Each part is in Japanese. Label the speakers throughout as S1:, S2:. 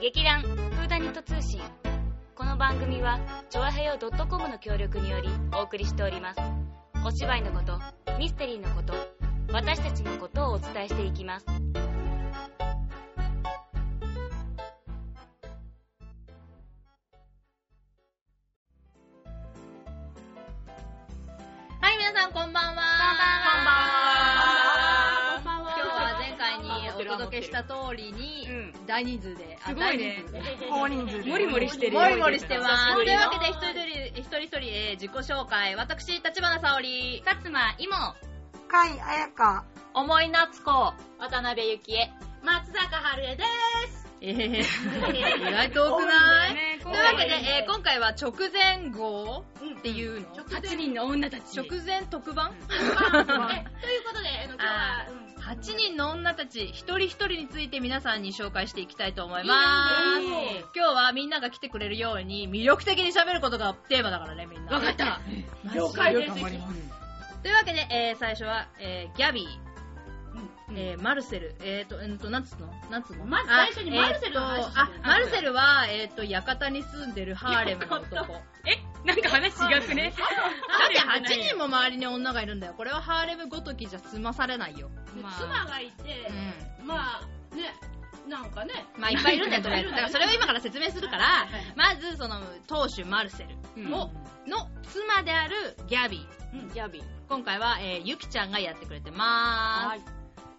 S1: 劇団フーダニット通信この番組はチョアヘヨ .com の協力によりお送りしておりますお芝居のことミステリーのこと私たちのことをお伝えしていきます
S2: はい、皆さんこんばんは。
S3: こんばんは
S2: 今日は前回にお届けした通りに、大人数で、あ
S3: すごいね
S2: 大人数で
S3: 大人数で。
S1: モリモリしてる
S2: もりもりしてます。と
S3: 久しぶ
S2: い
S3: り
S2: う
S3: の
S2: わけで、一人一人、一人一人、えー自己紹介。私、立花沙織。
S1: 薩摩いも
S3: かいあやか。
S2: 思い夏子。
S1: 渡辺幸恵松坂春恵で
S2: えー、意外と多くない、というわけで、えー今回は直前号っていうの、
S1: 8人の女たち
S2: 直前特番、
S1: ということであの今
S2: あー8人の女たち一人一人について皆さんに紹介していきたいと思います
S1: いいねいいね
S2: 今日はみんなが来てくれるように魅力的に喋ることがテーマだからねみんな
S1: わかった
S2: マジ
S1: 了解です
S3: 頑張ります。
S2: というわけで、えー最初は、えーギャビーえーマルセル、えっ、と、うんと、なんつうのなんつうの
S1: まず最初に
S2: あ
S1: マルセルの話
S2: えー
S1: し
S2: と
S1: て
S2: あ
S1: ね、
S2: マルセルは、えっ、と、館に住んでるハーレムの男。
S1: よ
S2: な
S1: かっ
S2: んで
S1: えなんか話違くね
S2: 8人も周りに女がいるんだよ。これはハーレムごときじゃ済まされないよ。
S1: まあ
S4: 妻がいて、
S2: うん。
S4: まあねなんかね
S2: まあいっぱいいるんだよ、とりあえず。だからそれを今から説明するから
S4: はいはい、
S2: まずその、当主マルセルを、の妻であるギャビー。
S1: ギャビー
S2: 今回は、えー、ゆきちゃんがやってくれてまーす。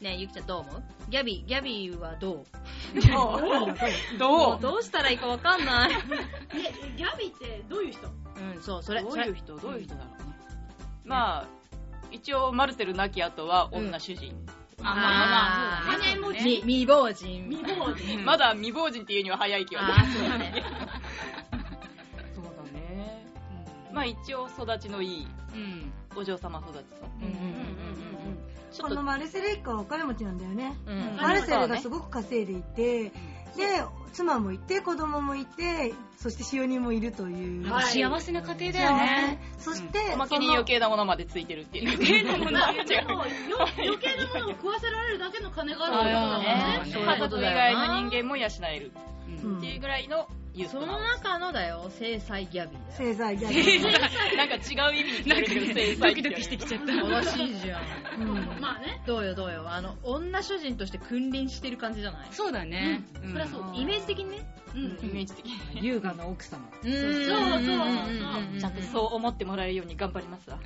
S2: ねえゆきちゃんどう思うギャビー、ギャビーはどう
S3: ど
S2: もうどうしたらいいかわかんない。
S4: でギャビってどういう人
S2: うん、そう、それ、それ
S3: 人どういう人だろうね。まあ、一応、マルセル亡き後は女主人。
S1: あ
S2: あー
S1: まあまあ
S4: 金持ち
S2: み未亡人。
S4: 未亡 人
S2: うん
S3: まだ未亡人っていうには早いけど。
S2: あーそうだね。
S3: そうだね。まあ一応育ちのいい
S2: うん。
S3: お嬢様育ちさん。
S2: うんうんうんうんうん。ちょっ
S5: ことの、マルセル一家はお金持ちなんだよね。
S2: うん。
S5: マルセルがすごく稼いでいて、で、妻もいて、子供もいて、そして使用人もいるという。
S4: はい
S1: 幸せな家庭
S5: 幸せ
S1: だよね。
S5: そして、
S3: おま
S5: そ
S3: けに
S5: の
S3: 余計なものまでついてるっていう。余計なも の
S4: まあ
S3: 違う。
S4: でもよ余計なものを食わせられるだけの金があるってことだから
S2: あー
S4: ね
S3: ね、家族以外の人間も養える
S5: うん
S3: っていうぐらいの裕
S2: そ
S3: 福な
S2: の中のだよ、制裁ギャビーだよ。
S5: 製剤ギャグ。
S3: なんか違う意味に聞こえるけど、制裁
S1: ドキドキしてきちゃった。
S2: 正しいじゃん。
S5: うん
S4: まあね
S2: どうよどうよ。あの、女主人として君臨してる感じじゃない
S1: そうだね。
S2: うん
S4: そりゃそうだ
S2: イメージ的にね。
S4: うん
S3: イメージ的に。
S1: 優雅な奥様。
S2: うん。そう
S4: そう
S2: う
S3: ちゃんと
S2: う。
S3: そう思ってもらえるように頑張りますわ。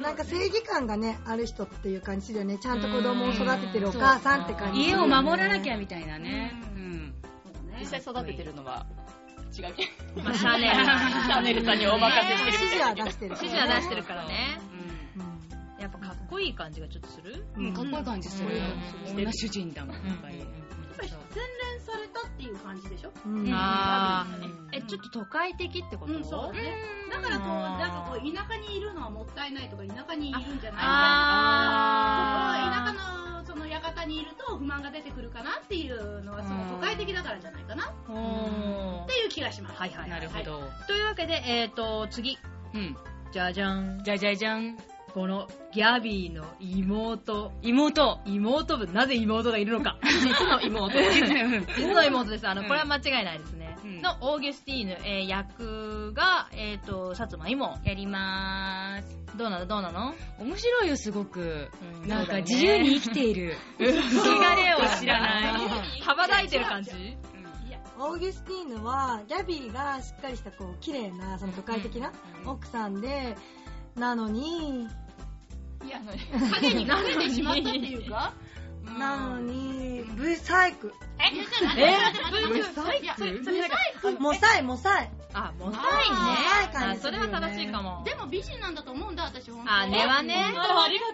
S5: なんか正義感がね、ある人っていう感じだよね。ちゃんと子供を育ててるお母さんって感じ。
S1: 家を守らなきゃみたいなね。うん。
S3: 実際育ててるのは違うけど、
S2: まあ、シャネル。
S3: シャネルさんにお任せしてる
S5: 指
S3: み
S5: 示
S3: た
S5: はい
S3: な。
S5: 出してる。
S2: 指示は出してるからね。
S5: うん
S2: やっぱかっこいい感じがちょっとする
S1: うんうん、かっこいい感じする
S2: う。ん
S1: 女主人だもん、やっぱり。
S4: やっぱり洗練されたっていう感じでしょ
S5: うん
S2: あ
S3: ー
S2: え、ちょっと都会的ってこと
S4: うんそうだねだからこうなんかこう田舎にいるのはもったいないとか田舎にいるんじゃないみたい
S2: あ
S4: なここは田舎のその館にいると不満が出てくるかなっていうのはその都会的だからじゃないかなっ
S2: ー。お
S4: ていう気がします
S2: はいはい。
S1: なるほど。
S2: というわけで、えっと、次。
S1: うん。
S2: じゃじゃん。
S1: じゃじゃじゃん。
S2: このギャビーの妹。
S1: 妹。
S2: 妹分、なぜ妹がいるのか。
S3: 実の妹。
S2: 実の 妹です。あの、
S1: うん
S2: これは間違いないですね。
S1: うん
S2: の、オーギュスティーヌ、えー役が、えっ、と、薩摩妹。
S1: やりまーす。
S2: どうなのどうなの
S1: 面白いよ、すごく。
S2: うん
S1: なん
S2: そうだ
S1: か
S2: よね
S1: 自由に生きてい る。
S2: 流れを知ら
S1: 自由
S2: な
S1: に
S2: い。羽ばたいてる感じ
S4: いや
S5: オーギュスティーヌはギャビーがしっかりしたこう綺麗なその都会的な奥さんで、なのに
S4: いや影に隠れてしまったっていうか
S5: なのにブサイク
S2: え
S4: ブサイクブサイク
S5: モサイモサイ
S2: あ、もったいね。
S5: あー
S2: あ、それは正しいかも。
S4: でも美人なんだと思うんだ私本当
S2: あ、根はね。
S3: りが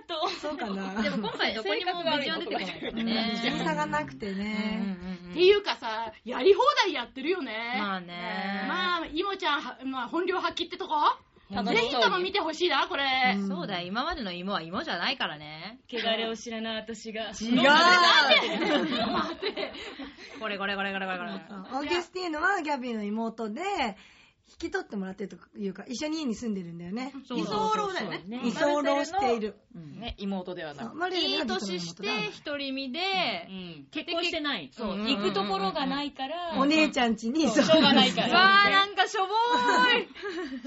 S3: と
S5: そうかな
S2: でも今回どこにも ビジョン出てこないから
S5: 小さ
S2: ね。
S5: がなくてね、
S4: っていうかさやり放題やってるよね
S2: まあね。
S4: まあ、イモちゃんは、まあ、本領発揮ってとこ
S3: う。
S4: ぜひとも見てほしいな、これ。
S5: うん
S2: そうだよ、今までの芋は芋じゃないからね。
S1: 汚れを知らない私が。
S5: 違う
S2: これこれこれこれこれこれ。
S5: オーギュスティーヌはギャビーの妹で引き取ってもらってるというか、一緒に家に住んでるんだよね。
S3: そうそう
S4: 居候だよね
S3: そう
S5: 居候している。
S3: うんね、妹ではな
S5: そう
S3: く。
S5: マル
S2: い
S5: エ
S2: い
S5: ルがずっと
S2: 年して、独り身で、
S3: うん。
S6: 結婚してない。
S3: そう、
S2: うん
S3: 行くところがない
S6: いから
S5: お姉ちゃん家に、
S3: しょうがないか
S2: うわー、
S3: ら。
S2: なんかしょぼー い。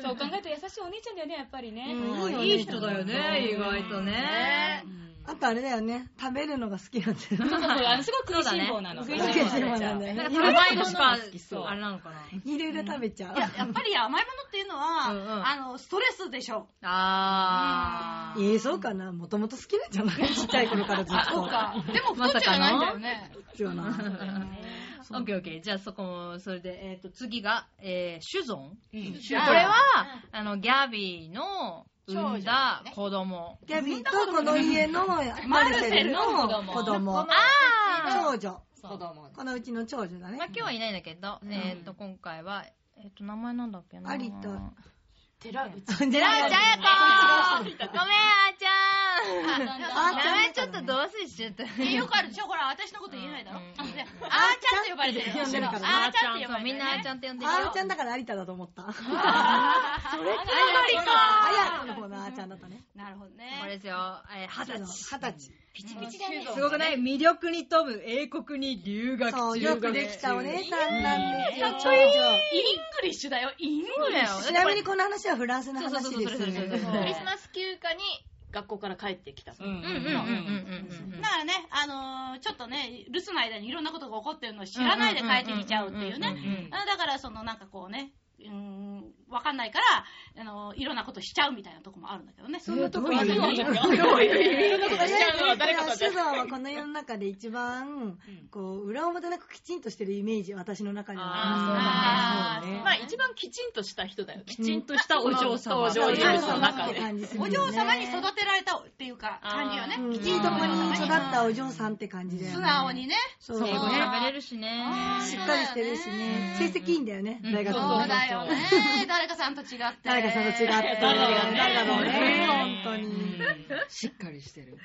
S6: そう考えると優しいお姉ちゃんだよね、やっぱりね。
S5: うん
S2: いい人だよね、意外とね。
S5: あとあれだよね、食べるのが好きなんだよね。
S6: そうそうそう、あのすごい食いしん坊なの。
S2: そ
S6: そうう
S2: だね
S5: 食いしん坊なんだよ
S2: なんか
S5: ね
S2: 食べたいのしか
S6: 好きそう、
S2: あれなのかな。
S5: いろいろ食べちゃう。
S4: やっぱり甘いものっていうのは、
S2: うんうん
S4: あの、ストレスでしょ。
S2: あー。
S5: ええ、そうかな。もともと好きなんじゃないちっちゃい頃からずっと。そう
S4: か。でも太っちゃいないんだよね。
S5: よな。
S2: オッケーオッケー。じゃあそこ、それで、えっ、と、次が、えー、シュゾン。
S3: うん
S2: これは、あの、ギャビーの産んだ子供。
S5: ギャビーとこの家のマルセルの子供。
S2: あー
S5: 長女。
S3: 子供。
S5: このうちの長女だね
S2: まあ。今日はいないんだけど、えっ、と、今回は、えっ、と、名前なんだっけな。
S5: 有田
S4: 寺内。
S5: 寺
S2: 寺内彩子ごめん、あーちゃん
S5: あーちゃん
S2: 名前ちょっとどうせしちゃった。
S4: えよくあるでしょほら、私のこと言えないだろ。
S2: うん
S4: であーちゃんって呼ばれてる。
S5: 呼んでるからね
S4: あーちゃんって呼ば
S2: そう
S4: れて
S2: み
S4: る
S2: ん
S4: ね。
S2: なあーちゃんって呼んでるよ。
S5: あーちゃんだから有田だと思った。
S2: つながり
S5: あ
S2: か
S5: やの方のあーちゃんだったね。
S4: なるほど
S2: これ
S4: ね。
S2: ですよ、えー、二十歳。
S5: 二十
S6: ピチピチだね。
S2: すごくない魅力に富む英国に留学
S5: 歳。そう、よくできたお姉さんなんですよ、長
S4: イングリッシュだよ、イング
S2: そうだよ
S5: 女。。ちなみにこの話はフランスの
S2: そうそうそう
S5: 話
S2: そう、それ
S5: で
S2: そ
S5: す
S2: れそれ。クリス
S5: ね。
S2: マス休暇に、
S3: 学校から帰ってきた。うん
S2: うんうんうんうんうん。
S4: だからね、あのーちょっとね、留守の間にいろんなことが起こってるのを知らないで帰ってきちゃうっていう
S2: うんうんうんうんう
S4: ね
S2: ん。
S4: あだから、そのなんかこうね、うーん、わかんないから、あのーいろんなことしちゃうみたいなとこもあるんだけどね。
S5: そんなとこ
S3: どう
S5: に
S3: いう意味誰かと
S5: シュゾンはこの世の中で一番、こう、裏表なくきちんとしてるイメージ、私の中には
S4: あ
S5: あ
S4: ーそうだね
S3: まあ一番きちんとした人だよね。き
S6: ちんとしたお嬢様。
S3: お
S5: る
S3: 嬢
S5: ね。
S3: 様
S5: そう
S3: の
S5: だね
S3: 中
S5: って
S3: で。
S5: 感じするよ
S4: お
S5: ね。
S4: 嬢様に育てられたっていうか、感じよ
S5: うん
S4: ね。
S5: いいとこに育ったお嬢さんって感じだよ
S4: 素
S5: ね。
S4: 直にね。
S5: そう
S2: 英語
S5: し
S2: 喋れるしね。
S5: っかりしてるしね。成績いいんだよね、大学
S4: そ
S5: の
S4: う
S5: ね。
S4: だよね。誰かさんと違って。
S5: 誰かさんと違って。
S4: ね
S5: 誰だろうね。本当
S2: う
S5: に。
S2: ん
S5: しっかりしてる。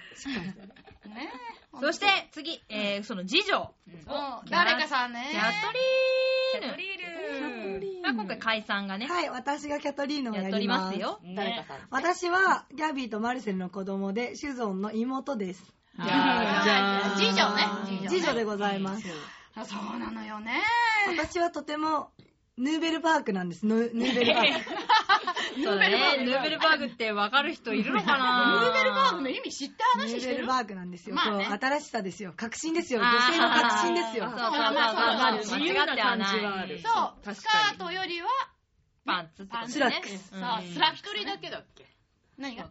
S2: そして、次、えー、その次女。
S4: うん誰かさんね。
S2: キャトリーヌ。
S6: トリール。
S2: まあ、今回解散がね、
S5: はい、私がキャトリーヌを
S2: や
S5: や
S2: っており
S5: りま
S2: ますす。よ。
S3: 誰かさん。
S5: 私は、ギャビーとマルセルの子供で、シュゾンの妹です。
S3: じゃあ、じゃあ、
S4: 次女ね
S5: あー
S4: 次女ね
S5: 次女でございます。
S4: あそうなのよね。
S5: 私はとても、ヌーベルパークなんです。ヌーヌーベルパーク。
S2: そうだね。ヌーベルバーグって分かる人いるのかな
S4: ヌーベルバーグの意味知って
S5: ヌ
S4: 話
S5: ー
S4: し
S5: ベ
S4: て
S5: ル
S4: る
S5: バークなんですよ。
S4: まあね
S5: こう新しさですよ。革新ですよ。女性の革新ですよ
S2: そう。
S5: そ
S2: そ
S5: う
S2: うそうそう。
S6: 自由な感じはあ
S2: 間違
S6: る
S2: ってはない。
S4: そう、スカートよりは、
S2: パンツってことね。
S5: スラックス
S2: うん
S4: さあ、スラッ
S3: 一人だけだっけ
S4: 何が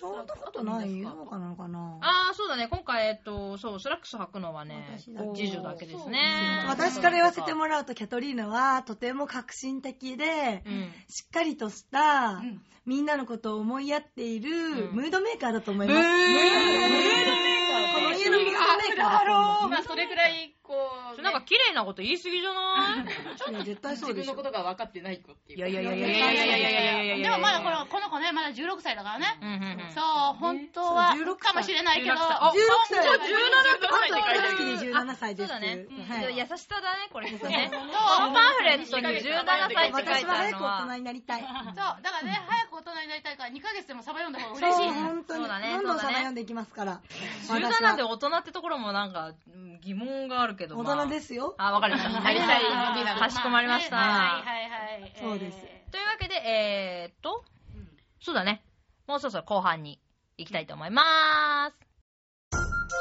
S5: そんなことないよ。そうかなのかな。
S2: ああ、そうだね。今回、えっと、そう、スラックス履くのはね、
S5: 私だけ
S2: 次女だけですね。
S5: 私から言わせてもらうと、キャトリーヌはとても革新的で、
S2: うん。
S5: しっかりとした、
S4: ん
S5: みんなのことを思いやっている、
S2: うん
S5: ムードメーカーだと思います。ムードメーカー。この家のムードメーカーだと思いま
S3: まあそれくらい、こ、
S2: そうれなんか綺麗なこと言い過ぎじゃない
S5: す。いや絶対そう
S3: 自
S5: で
S3: 分
S5: しょ
S3: のこ。とが分かってない子っていう。
S2: いやいやいやいや
S4: いやい
S2: いやいやい
S4: やいや
S2: や
S4: でもまだこのこの子ね、まだ16歳だからね。
S2: うんうんうん。
S4: そう、本当は
S5: そう16、歳
S4: かもしれないけど、
S2: 16歳あ
S5: 16歳。
S4: 本当は
S5: あとは
S3: 17
S5: 月に17歳
S2: そ
S5: で
S2: う
S5: す。
S2: だね。うん
S5: はい
S2: 優しさだね、これこそね。この
S4: そう
S2: パンフレットに17歳って書い
S5: 私
S2: て
S5: は
S2: ある
S5: 早
S2: の
S5: く
S2: は。
S5: 大人になりたい。
S4: そう、だからね、早く大人になりたいから、2ヶ月でもサバ読んだ方が
S5: そう、
S4: 嬉しい。
S5: 本当
S2: そう
S5: に。
S2: だね
S5: どんどん
S2: そうだね
S5: さま読んでいきますから。私は
S2: 17で大人ってところもなんかうん疑問があるけど。
S5: 大
S2: まあ
S5: 人ですよ。
S2: あ、わかりました。なりたい。かしこまりまし
S4: は
S2: た
S4: い。はいはい。
S5: そうです
S4: え
S2: というわけで、えー、っと、そうだね。もうそろそろ後半に行きたいと思いまーす。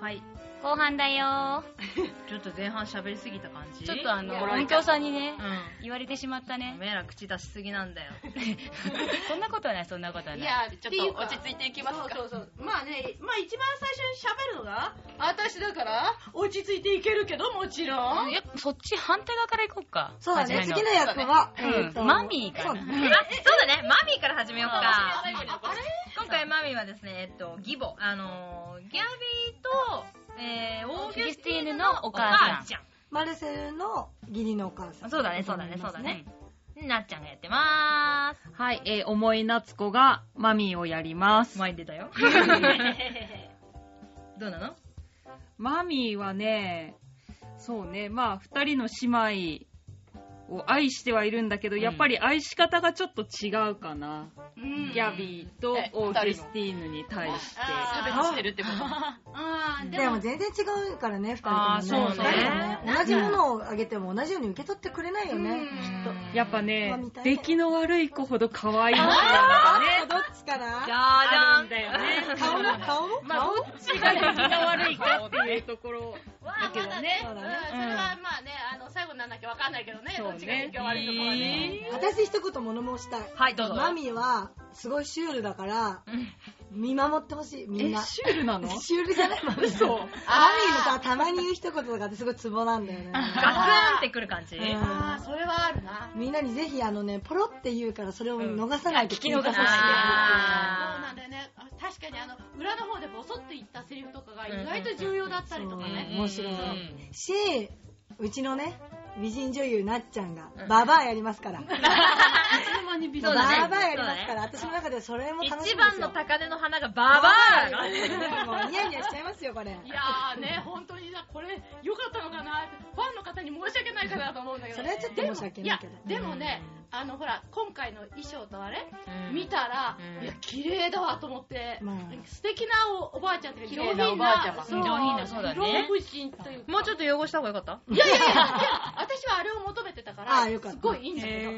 S2: はい。
S1: 後半だよ
S2: ちょっと前半喋りすぎた感じ
S1: ちょっとあの
S2: 怒られ
S1: 音響
S2: た
S1: さんにね
S2: う
S1: 言われてしまった
S2: ん。お
S1: ね
S2: めえら口出しすぎなんだ よ。
S1: そんなことはないそんなことは
S4: ー
S1: ないい
S4: や、
S3: ちょっと落ち着いていきますか。
S4: そうそうそう。まあね、まあ一番最初に喋るのが、私だから、落ち着いていけるけど、もちろん。
S6: いやそっち反対側から行こうか。
S5: そうだね。
S6: 初め
S5: 次の役は、
S6: うん
S5: えーと
S6: マミーかな
S5: そうだね
S2: あ、そうだね。マミーから始めようか。
S4: あれ
S2: 今回マミーはですね、えっと、義母、あのー、ギャビーと、えー、オーギュスティーヌのお母さん。
S5: マルセルの義理のお母さん。
S2: そうだね、そうだね、そうだね。。
S6: なっちゃんがやってま。
S7: はい、えー、重い夏子がマミーをやりますす。
S6: 前に出たよ。どうなの
S7: マミーはね、そうね、まあ、二人の姉妹を愛してはいるんだけど、
S6: うん
S7: やっぱり愛し方がちょっと違うかな。
S4: うん
S7: ギャビーと
S3: え
S7: オーギュスティーヌに対して。
S3: 差
S4: あ
S3: 別してるってこと。
S4: あー
S5: で
S4: で
S5: も
S4: も
S5: 全然違うからね、二人ともね。
S7: あーそうね
S5: 二人ともね同じものをあげても同じように受け取ってくれないよね。
S7: やっぱ
S5: ま
S7: ね
S5: あ見た、いね
S7: 出来の悪い子ほど可愛いっていうの
S5: あ
S7: が
S5: あどっち
S6: じ
S5: かな
S6: ゃ
S7: あるん
S6: ー
S7: だよね。
S5: 顔の顔の
S7: まあ、どっちが出来が悪いかっていうところ。
S4: まあまだね、
S5: そううんだ
S4: そ
S5: ね
S4: れはまあね、あの、最後になんなきゃわかんないけどね、
S7: そう
S4: ど
S7: ね
S4: っちが影響悪いとかはね。
S5: 私一言物申したい。
S6: はい、どうぞ。
S5: マミは、すごいシュールだから、見守ってほしい、みん
S7: え、
S5: な。
S7: シュールなの
S5: シュールじゃないマミー。マミーのさ、たまに言う一言とかってすごいツボなんだよね。
S6: ガツンってくる感じ
S5: う
S6: あ
S4: あ
S5: ん
S4: ー、それはあるな。
S5: みんなにぜひ、あのね、ポロって言うからそれを逃さないで
S6: 聞き逃さ
S5: 聞いてほし
S4: そうな
S6: なん
S4: だよね。あ確かにあの、裏の方でボソッと言ったセリフとかが意外と重要だったりとか
S5: そう
S4: ね。
S5: 面白い
S6: うん
S5: し、うちのね、美人女優なっちゃんが、ババアやりますから。バ
S4: いつの間に美
S6: そ
S4: 女
S6: うだね
S5: バアやりますから、私の中ではそれも楽し
S2: 一
S5: みですよ。
S2: 番の
S5: バ
S2: 高嶺の花がババアだね
S5: もうニヤニヤしちゃいますよ、これ。
S4: いやーね、本当にな、これ、良かったのかなって、ファンの方に申し訳ないかなと思うんだけど。
S5: それはちょっと申し訳
S4: い
S5: ない
S4: や
S5: けど。、
S4: でもね、あの、ほら、今回の衣装とあれ、
S6: うん
S4: 見たら、
S6: うん
S4: いや、綺麗だわと思って、
S5: まあ
S4: 素敵なおおばあちゃんっていうか、
S3: 綺麗なおばあちゃま
S6: 上品なそうだね
S4: 老婦人というか
S2: もうちょっと汚した方がよかった
S4: いやいやいや、いや私はあれを求めてたから、
S5: あーよかった
S4: すごいいいんだけど。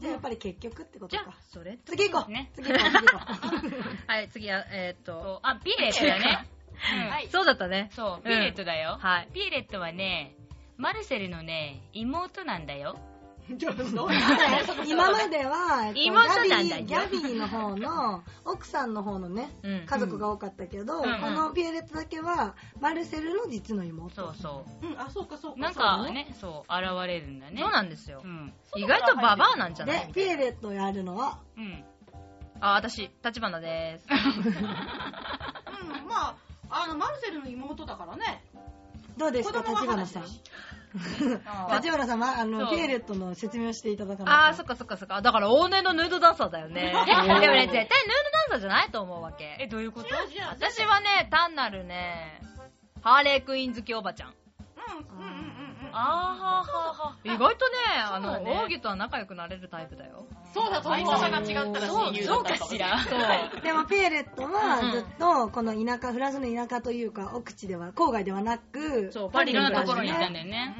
S5: じゃあやっぱり結局ってこと
S6: じゃあ
S5: か。、
S6: それと。
S5: 次行こう。
S6: ね
S5: 次行こう、次行こ う。
S2: はい次はえーっと
S6: あ、ピーレットだね。うん
S4: はい。
S2: そうだったね
S6: そう、ピーレットだよ。
S2: はい
S6: ピーレットはね、マルセルのね、妹なんだよ。
S5: 今までは、えっと
S6: 妹なんだよ
S5: ギャビーギャビーの方の、奥さんの方のね、
S6: うん。
S5: 家族が多かったけど、
S6: うんうん
S5: このピエレットだけは、マルセルの実の妹。
S6: そうそ
S4: うん、あ、そうかそう
S6: う。
S4: か。
S6: なん
S4: そう
S6: か
S4: だね、
S6: ね、そう、現れるんだね。
S2: そうなんですよ
S6: うん。
S2: 意外とババアなんじゃない
S5: で、ピエレットをやるのは、
S6: うん。
S2: あ私立花です
S4: うん、まあ、あの、マルセルの妹だからね。
S5: どうですか、
S4: 子供は
S5: 立花
S4: 話
S5: さん
S4: だ。し
S5: 立花さんは、あ
S6: そう
S5: の、ピエレットの説明をしていただかない
S2: あーそっかそっかそっかだから往年のヌードダンサーだ よねでもね絶対ヌードダンサーじゃないと思うわけ
S6: え、どういうこと
S4: 違う違う。
S2: 私はね単なるねハーレークイーン好きおばちゃん
S4: うん、うん、うん、うんうん。
S6: あーはーはーは
S2: 意外とねあ
S6: そうだ
S2: の
S6: ね
S2: 奥義とは仲良くなれるタイプだよ
S3: そうだと思う。相方が違ったら親友だったかもしれない。
S5: でもペーレットはずっとこの田舎、フランスの田舎というか奥地では郊外ではなく
S6: ーそう、パリのところにいたん
S5: ね
S6: だよね。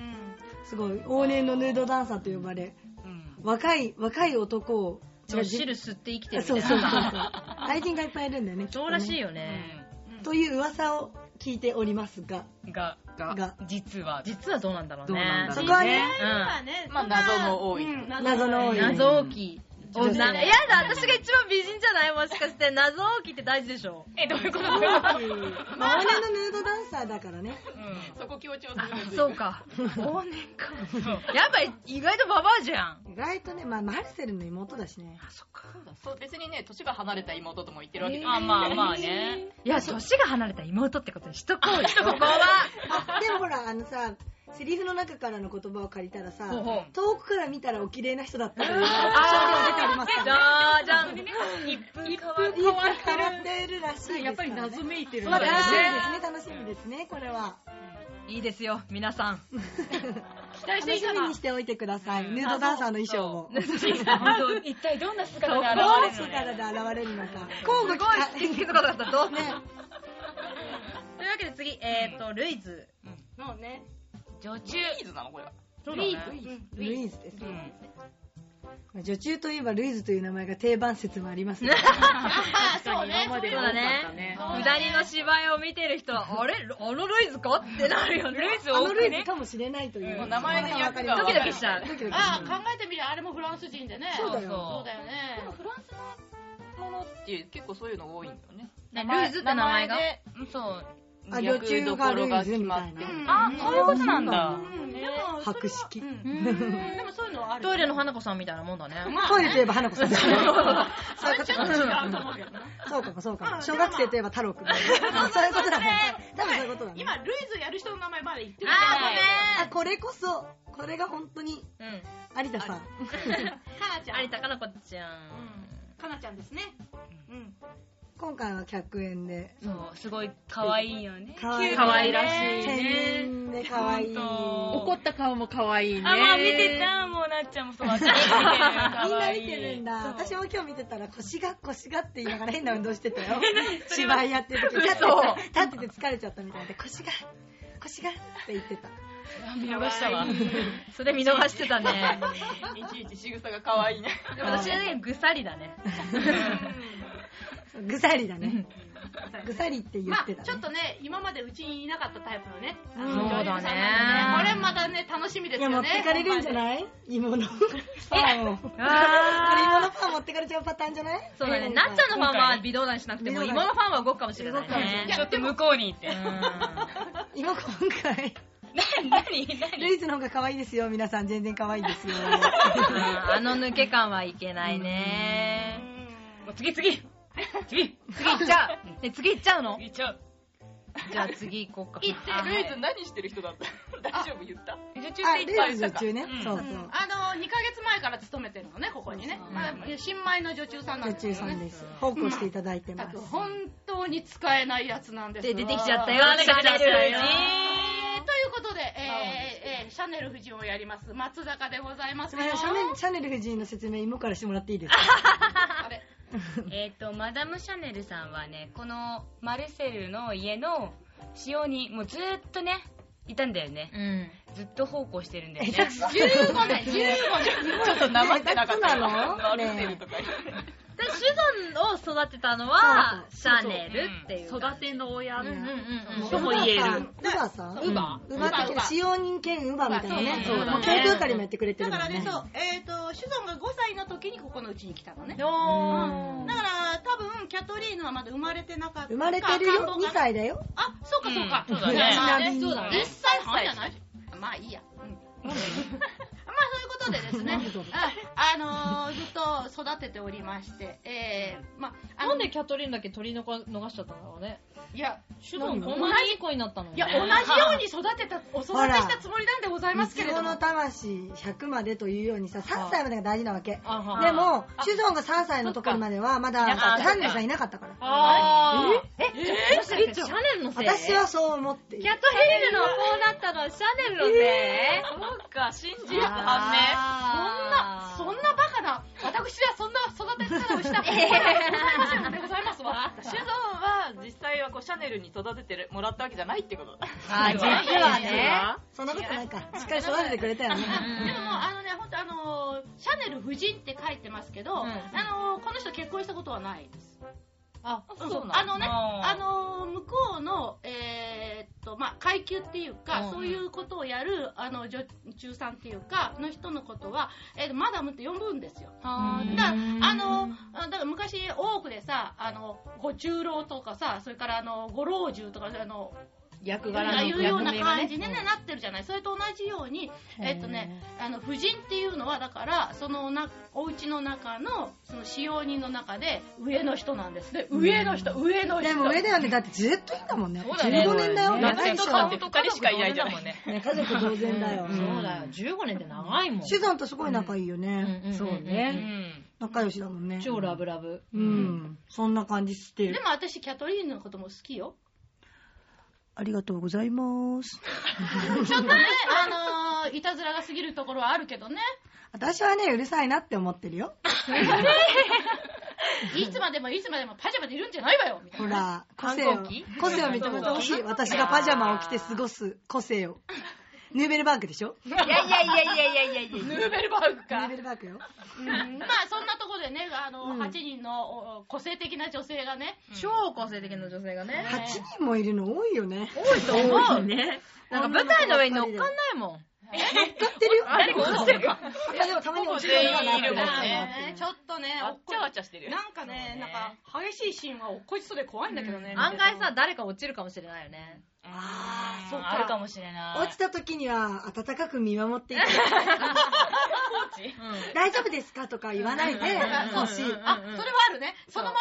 S5: すごい往年のヌードダンサーと呼ばれ
S6: うん。
S5: 若い若い男を
S2: そう汁吸って生きてるみた
S5: そう
S2: い
S5: そう
S2: な
S5: そうそう愛人がいっぱいいるんだよねきっとね
S2: そうらしいよ
S6: う
S2: ね、
S5: という噂を聞いておりますが
S6: ん。が、
S5: が
S6: 実は。
S2: 実はどうなんだろう
S7: どう
S2: ね
S7: なんだ
S5: そ
S7: ろう
S5: こは
S4: 恋
S5: ね
S4: 愛はね、
S3: まあ謎の多い
S4: うん
S5: 謎の多い
S2: 謎多き
S5: 女
S2: 女やだ私が一番美人じゃないもしかして謎多きって大事でしょ
S6: え、どういうことですか
S5: まあ往年のヌードダンサーだからね
S6: うん。
S3: そこ強調するんです
S2: そうか往年かやっぱり意外とババアじゃん
S5: 意外とね、まあ、マルセルの妹だしね
S3: そう別にね、年が離れた妹とも言ってるわけじゃない
S6: あ、まあまあね。
S2: いや年が離れた妹ってことにしとこうよ ここは
S5: あ でもほらあのさセリフの中からの言葉を借りたらさ遠くから見たらお綺麗な人だったという表現出ておりますから
S2: じゃあじゃん
S6: 一風変わる。
S5: いいか変わってるらしいですからね、
S7: やっぱり謎めいてる
S5: まあ楽しみ
S2: ね
S5: ですね、楽しみですね、これは。
S2: いいですよ皆さ ん
S5: 楽
S4: 期待してい
S5: したみ
S4: な
S5: にしておいてください。ヌードダンサーの衣装を。
S6: 一体どんな姿
S5: どう
S6: が現れるの
S5: 力で現れるのか。
S2: すごい気づかなかったどうねというわけで次えっとルイズ
S4: もうね。
S6: 女中。
S3: チーズなのこれは。
S2: ルイズ
S5: ルイーズです
S6: う。ん。
S5: まあ女中といえばルイーズという名前が定番説もありますね。
S4: ああ、そうね。
S2: そうだね。うだりの芝居を見てる人は、あれあのルイズかってなるよね。ルイズ
S5: あのルイーズかもしれないという。
S3: うん名前の役が
S5: わ
S2: ド
S5: かり
S2: キ
S5: ま
S2: ドキ
S5: す
S2: しちゃう。
S5: ドキドキし
S4: あ
S5: ち
S4: あ、
S5: ゃう
S4: 考えてみりゃ、あれもフランス人でね。
S5: そう
S6: そ
S5: だよ
S4: そうだよ
S3: でも
S4: ね。
S3: フランスのものって結構そういうの多いんだよね。
S2: ねルイズって名前が
S3: で
S6: う。そう。
S5: あ、女中がルイーズみたい
S3: 逆どころが決まって
S5: な。
S6: あ、そういうことなんだ。
S4: うん、でも、
S5: 白色。
S4: うんでもそういうのはある。
S2: トイレの花子さんみたいなもんだね。
S5: トイレといえば花子さん。
S4: それちょっと違うと思うけどな。
S5: そうかもそうか
S4: う
S5: も。
S4: ん
S5: 小学生といえば太郎くん。そういうことだね。多分そういうことだね。
S4: 今、ルイズやる人の名前まだ言ってる
S2: あ
S5: あ、これこそ、これが本当に、
S2: ー、ごめん。
S5: 有田さん。
S4: かなち
S2: う
S4: ゃ
S2: ん。
S4: ん。
S2: 有田かなこちゃ。
S4: うんん。かなちゃんですね。うん。
S5: 今回は100円で。
S6: そう、すごい可愛いよね。
S5: かわいい。
S2: 可愛
S5: い。
S2: らしい
S5: 1000
S2: ね。
S5: 円で可愛い。みん
S6: 本
S2: 怒った顔も可愛いね。
S6: あ、まあ見てた、もうなっちゃんもそう、私見てる。み
S5: な見てるんだ。私も今日見てたら腰が腰がって言いながら変な運動してたよ。芝居やってる時立って
S2: 嘘
S5: 立ってて疲れちゃったみたいで腰が腰がって言ってた。
S3: 見逃したわ。
S2: それ見逃してたね。
S3: いちいち仕草が可愛いね。
S2: でも私はね、ぐさりだね。
S5: ぐさりだね。ぐさりって言
S4: ま
S5: っ
S4: あ、
S5: てた、ね。
S4: ちょっとね、今までうちにいなかったタイプのね。
S5: うん
S2: そうだね
S4: 女優さんなんでねこれまたね、楽しみです
S5: いや、
S4: よね。
S5: 持ってかれるんじゃ
S4: い
S5: ない芋のパンを。これ芋のパン持ってかれちゃうパターンじゃない
S2: そうだね。なっちゃんのファンは微動だにしなくても、
S5: 微動
S2: 芋
S5: だに
S2: のファンは動くかもしれない
S5: 動くかもし
S2: ね。
S6: ちょっと向こうに行って。
S5: 今今回、
S6: なになに
S5: ルイズの方が可愛いですよ。皆さん全然可愛いですよ。
S2: うんあの抜け感はいけないね。
S6: もう次次次
S2: 次行っちゃう。え、次行っちゃうの
S6: 行っちゃう。
S2: じゃあ次行こうか。
S4: 行って
S2: あ
S3: ルイズ何してる人だった大丈夫言った
S6: 移動中
S5: あ、
S6: っていっぱ
S5: ル
S6: い
S5: イ
S6: い
S5: ズ
S6: た
S5: 女
S6: か
S5: 中ね。
S6: うん
S5: そうそう。
S4: あの、2ヶ月前から勤めてるのね、ここにね。まあ、新米の女中さんなん
S5: 女
S4: です
S5: 中
S4: けど
S5: さ
S4: ね
S5: んです。奉公していただいて
S4: た
S5: ます
S4: く。本当に使えないやつなんです
S2: で、出てきちゃったよ。
S4: わー
S2: 出てきちゃったよ。
S4: えーということで、えーえーシャネル夫人をやります、松坂でございますす
S5: みま
S4: よ
S5: せん、シャネルシャネル夫人の説明、芋からしてもらっていいです
S4: あれ
S6: えっと、マダム・シャネルさんはね、このマルセルの家の使用に、もうずーっとね、いたんだよね。
S2: うん。
S6: ずっと奉公してるんだよね。
S5: か
S4: 15年、15年。
S3: ちょっとなまってなかった
S5: そうなの
S3: マルセルとか
S2: で、シュゾンを育てたのは、シ
S5: そう
S2: ャ
S5: そう
S2: ネルっていう。
S3: 育ての親
S5: うん
S2: うんうんうん。
S5: と
S2: とも言える。。
S5: ウバさん
S2: ウ
S5: ウバさん
S2: バ
S5: ウバって
S4: ウバ
S5: 使用人兼ウバみたいなね。
S2: そうだね
S5: もう教育係もやってくれて
S4: だ
S5: るも
S4: から
S5: ん
S4: ね
S5: ね、。
S4: そう、えっ、と、シュゾンが5歳の時にここのうちに来たのね。
S2: お
S4: だから、多分、キャトリーヌはまだ生まれてなかった。
S5: 生まれてる
S4: 赤ん
S5: よ
S4: 坊、
S5: 2
S4: が
S5: 歳だよ。
S4: あ、そうかそうか。
S6: うん
S5: そうだね
S4: そうだね。1歳半じゃないまあいいや。うん。 まあそういうことでですね、ああのーずっと育てておりまして、えー、まあ、あの
S2: なんでキャトリーヌだけ取り逃しちゃったんだろうね。
S4: いや、
S2: シュゾンこんなにいい子になったの
S4: いや、同じように育てた、お育
S5: ほら
S4: てしたつもりなんでござい
S5: い
S4: ますけ
S5: ち
S4: れ
S5: ご
S4: ども。
S5: の魂100までというようにさ、3歳までが大事なわけ。
S2: あは
S5: でも、シュゾンが3歳のところまでは、まだ、
S2: そっか
S5: シャネルさんいなかったから。
S2: あー。ええもしかしてシャネルのせい
S5: 私はそう思ってる。
S2: キャトリーヌの子だったのはシャネルのせい
S3: そうか、真実判明。
S4: そんな、そんなバカな、私はそんな育て方をしたことがございませんのでございますわ。
S3: シュゾンは実際はこうシャネルに育ててもらったわけじゃないってことだ。
S2: あ、実はね。
S5: そんなことないか。しっかり育ててくれたよね。
S4: でももうあのね、本当あのーシャネル夫人って書いてますけ
S2: ん
S4: ど、あのーこの人結婚したことはないです。
S2: あ、
S3: そうなんだ
S4: あのね、
S6: あー
S4: あのー向こうの、えーっと、まあ、階級っていうか、
S2: うん
S4: そういうことをやる、あの、女中さんっていうか、の人のことは、えーマダムって呼ぶんですよ。だから、あのーあだから昔、多くでさ、あの、ご中老とかさ、それからあの、ご老中とか、あの、
S2: 役
S4: が
S2: 柄の
S4: いうような感じに、
S2: 役
S4: ね
S2: 名がね
S4: なってるじゃないそれと同じように、えっとね、あの夫人っていうのはだからそのおなお家の中のその使用人の中で上の人なんですね上の人上の人
S5: でも上だよね。だってずっといいんだもんね。
S6: そうだね
S5: 15年だよ。
S6: なっ
S5: 長
S6: ちゃ
S5: い
S6: ん
S5: で
S6: と
S5: しょ。
S6: 顔と彼しかいないじゃない。ね、
S5: ね、家族同然だよ。
S2: そうだよ。15年って長いもん。
S5: シュゾンとすごい仲いいよね。
S2: そう
S6: う
S2: ね。
S6: ん。
S5: 仲良しだもんね。
S2: 超ラブラブ。
S5: うん。そんな感じして
S4: でも私キャトリーヌのことも好きよ
S5: ありがとうございます。
S4: ちょっとねあのーいたずらが過ぎるところはあるけどね
S5: 私はね、うるさいなって思ってるよ。
S4: いつまでもいつまでもパジャマでいるんじゃないわよみたい
S5: ほ
S4: な
S5: ら、個性を
S2: 反抗期、
S5: 個性を認めてほしい。私がパジャマを着て過ごす個性を。ヌーベルバーグでしょ
S2: いやいやいやいやいやいやいや。
S4: ヌーベルバーグ
S5: ヌ
S4: か
S5: ーベルバーグよ。
S4: うんまあそんなところでねあの、8人のお個性的な女性がね
S2: 超個性的な女性がね。
S5: 8人もいるの多いよね。
S2: 多いと思うね。なんか舞台の上に乗っかんないもん。
S5: 乗っかってるよ。
S2: 誰か落ちてるか。
S5: いや、でもたまに落ちるのがな
S3: ほぼ全員いるもんね
S4: ねちょっとね、
S3: わ
S4: お
S3: っ
S4: っこ
S3: ちゃわちゃしてる
S4: り
S3: よ。
S4: なんかね、なんか、激しいシーンは落っこちそうで怖いんだけどね。
S2: 案外さ、誰か落ちるかもしれないよね。
S5: あー、そっ
S6: あるか
S5: か。
S6: もしれない。
S5: 落ちた時には温かく見守 っていて、大丈夫ですかとか言わないでほしい。
S4: あ、それはあるね。そのまんま、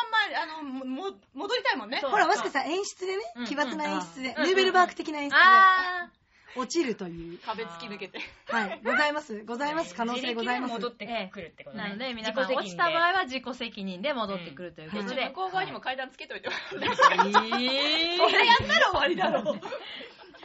S4: あの、も、も戻りたいもんね。
S5: ほら、もしかしたら演出でね
S2: うん、
S5: 奇抜な演出で、ヌーベルバーク的な演出
S2: あ
S5: で落ちるという。
S3: 壁突き抜けて。
S5: はい、ございます。ございます。可能性ございます。
S6: 自力で戻ってくるってこと
S2: ー。
S6: ね。
S2: なので、
S6: 自
S2: 皆
S6: 己
S2: さん
S6: 責任
S2: 落ちた場合は自己責任で戻ってくるというこ
S3: う
S2: と
S3: ち
S2: で
S3: 向。こう側にも階段つけといてもらっ
S2: え
S3: て。
S4: それやったら終わりだろう。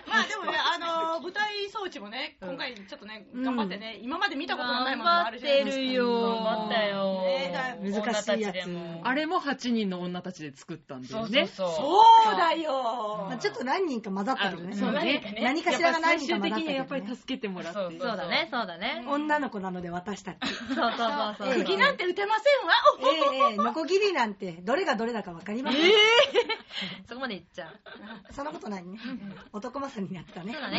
S4: まあでもね、あの、舞台装置もね、今回ちょっとね、頑張ってね、今まで見たことのないものもあるじゃないですか。
S2: よ
S6: 頑張ったよ。
S4: ねだ
S5: 難しい
S6: 女たち
S5: やつ
S6: でも
S8: あれも8人の女たちで作ったんだ
S6: そ
S8: よ
S6: う
S8: ね。
S6: そうそう。
S4: そうだよ。
S5: まあ、ちょっと何人か混ざったけどね。
S6: そう何かね
S5: 何かしらが何人か混ざったけ
S8: 最終的に
S5: ど、ね。
S8: はやっぱり助けてもらって。
S2: そうだね、そうだね。
S5: 女の子なので私たち。
S2: そうそうそう そう。
S4: 釘なんて打てませ
S5: え
S4: んわ。
S5: えええノコギリなんて、どれがどれだかわかりません。
S2: そこまでいっちゃう。
S5: そんなことないね。男勝りになってたね
S2: そう。だ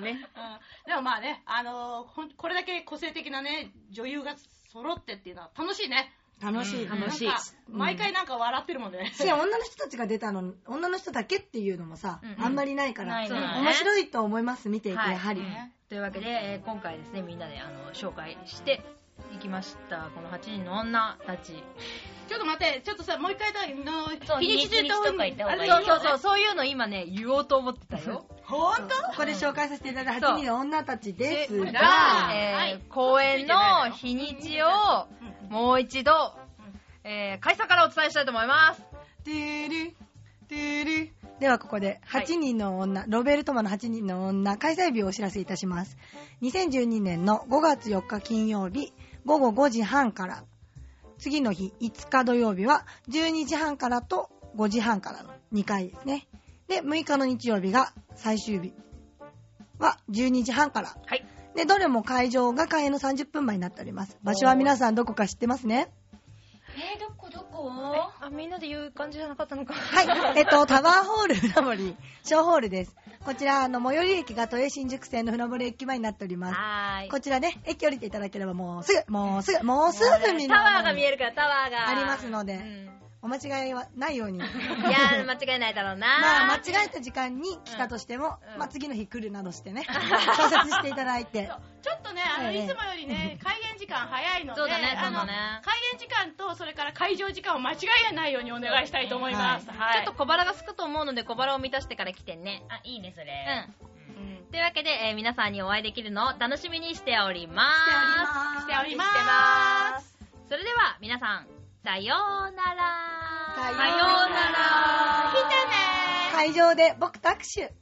S2: ね。
S4: うんでもまあね、あのほんこれだけ個性的なね、女優が揃ってっていうのは楽しいね。
S5: 楽しい。
S4: 楽しい。毎回なんか笑ってるもんね。
S5: し女の人たちが出たの、女の人だけっていうのもさ、あんまりないから、
S6: ないね
S5: 面白いと思います、見ていて、
S2: はい
S5: やはり。
S2: というわけで、えー今回ですね、みんなであの紹介していきました。この8人の女たち。
S4: ちょっと待って、ちょっとさ、もう一回だ、の、
S6: そう
S4: 日にち
S6: 日にちとか言った方がいいよ
S2: そうそうそう、そういうの今ね、言おうと思ってたよ。
S4: ほ
S5: そ
S4: ん
S5: う
S4: と
S5: ここで紹介させていただいた
S2: そう
S5: 8人の女たちです
S2: が、
S5: が、
S2: えー公演の日にちをもう一度、えー、会社からお伝えしたいと思います。
S5: トゥルトゥルではここで8人の女、ロベルトマの8人の女開催日をお知らせいたします2012年の5月4日金曜日午後5時半から次の日5日土曜日は12時半からと5時半からの2回ですねで6日の日曜日が最終日は12時半から
S2: はい。
S5: でどれも会場が開演の30分前になっております場所は皆さんどこか知ってますね
S6: えー、どこどこ
S2: あ、みんなで言う感じじゃなかったのか。
S5: はい。えっと、タワーホール船堀、小ホールです。こちら、あの、最寄り駅が都営新宿線の船堀駅前になっております。
S2: はーい。
S5: こちらね、駅降りていただければもうすぐ、もうすぐ、もうすぐ見
S2: タワーが見
S5: え
S2: えるから、タワーが。
S5: ありますので
S2: うん
S5: お間違いはないように。
S2: い やー、間違いないだろうな。
S5: まあ、間違えた時間に来たとしても、
S2: うん
S5: まあ、次の日来るな どしてね、調節していただいて。
S4: ちょっとね、あの、
S5: ええ
S4: いつもよりね、開演時間早いので、
S2: そうだね
S4: あの
S2: そうだね
S4: 開演時間と、それから会場時間を間違えないようにお願いしたいと思います。は
S2: ちょ
S4: い。
S2: っと小腹が空くと思うので、小腹を満たしてから来てね。
S6: あ、いいね、それ。
S2: うん。というわけで、えー皆さんにお会いできるのを楽しみにしておりま
S4: し
S2: す。
S4: ておりま
S2: して
S4: ーす。
S2: ます。それでは、皆さん、さようなら。
S5: さようなら
S2: さようなら。
S4: 来てねー
S5: 会場で僕と握手。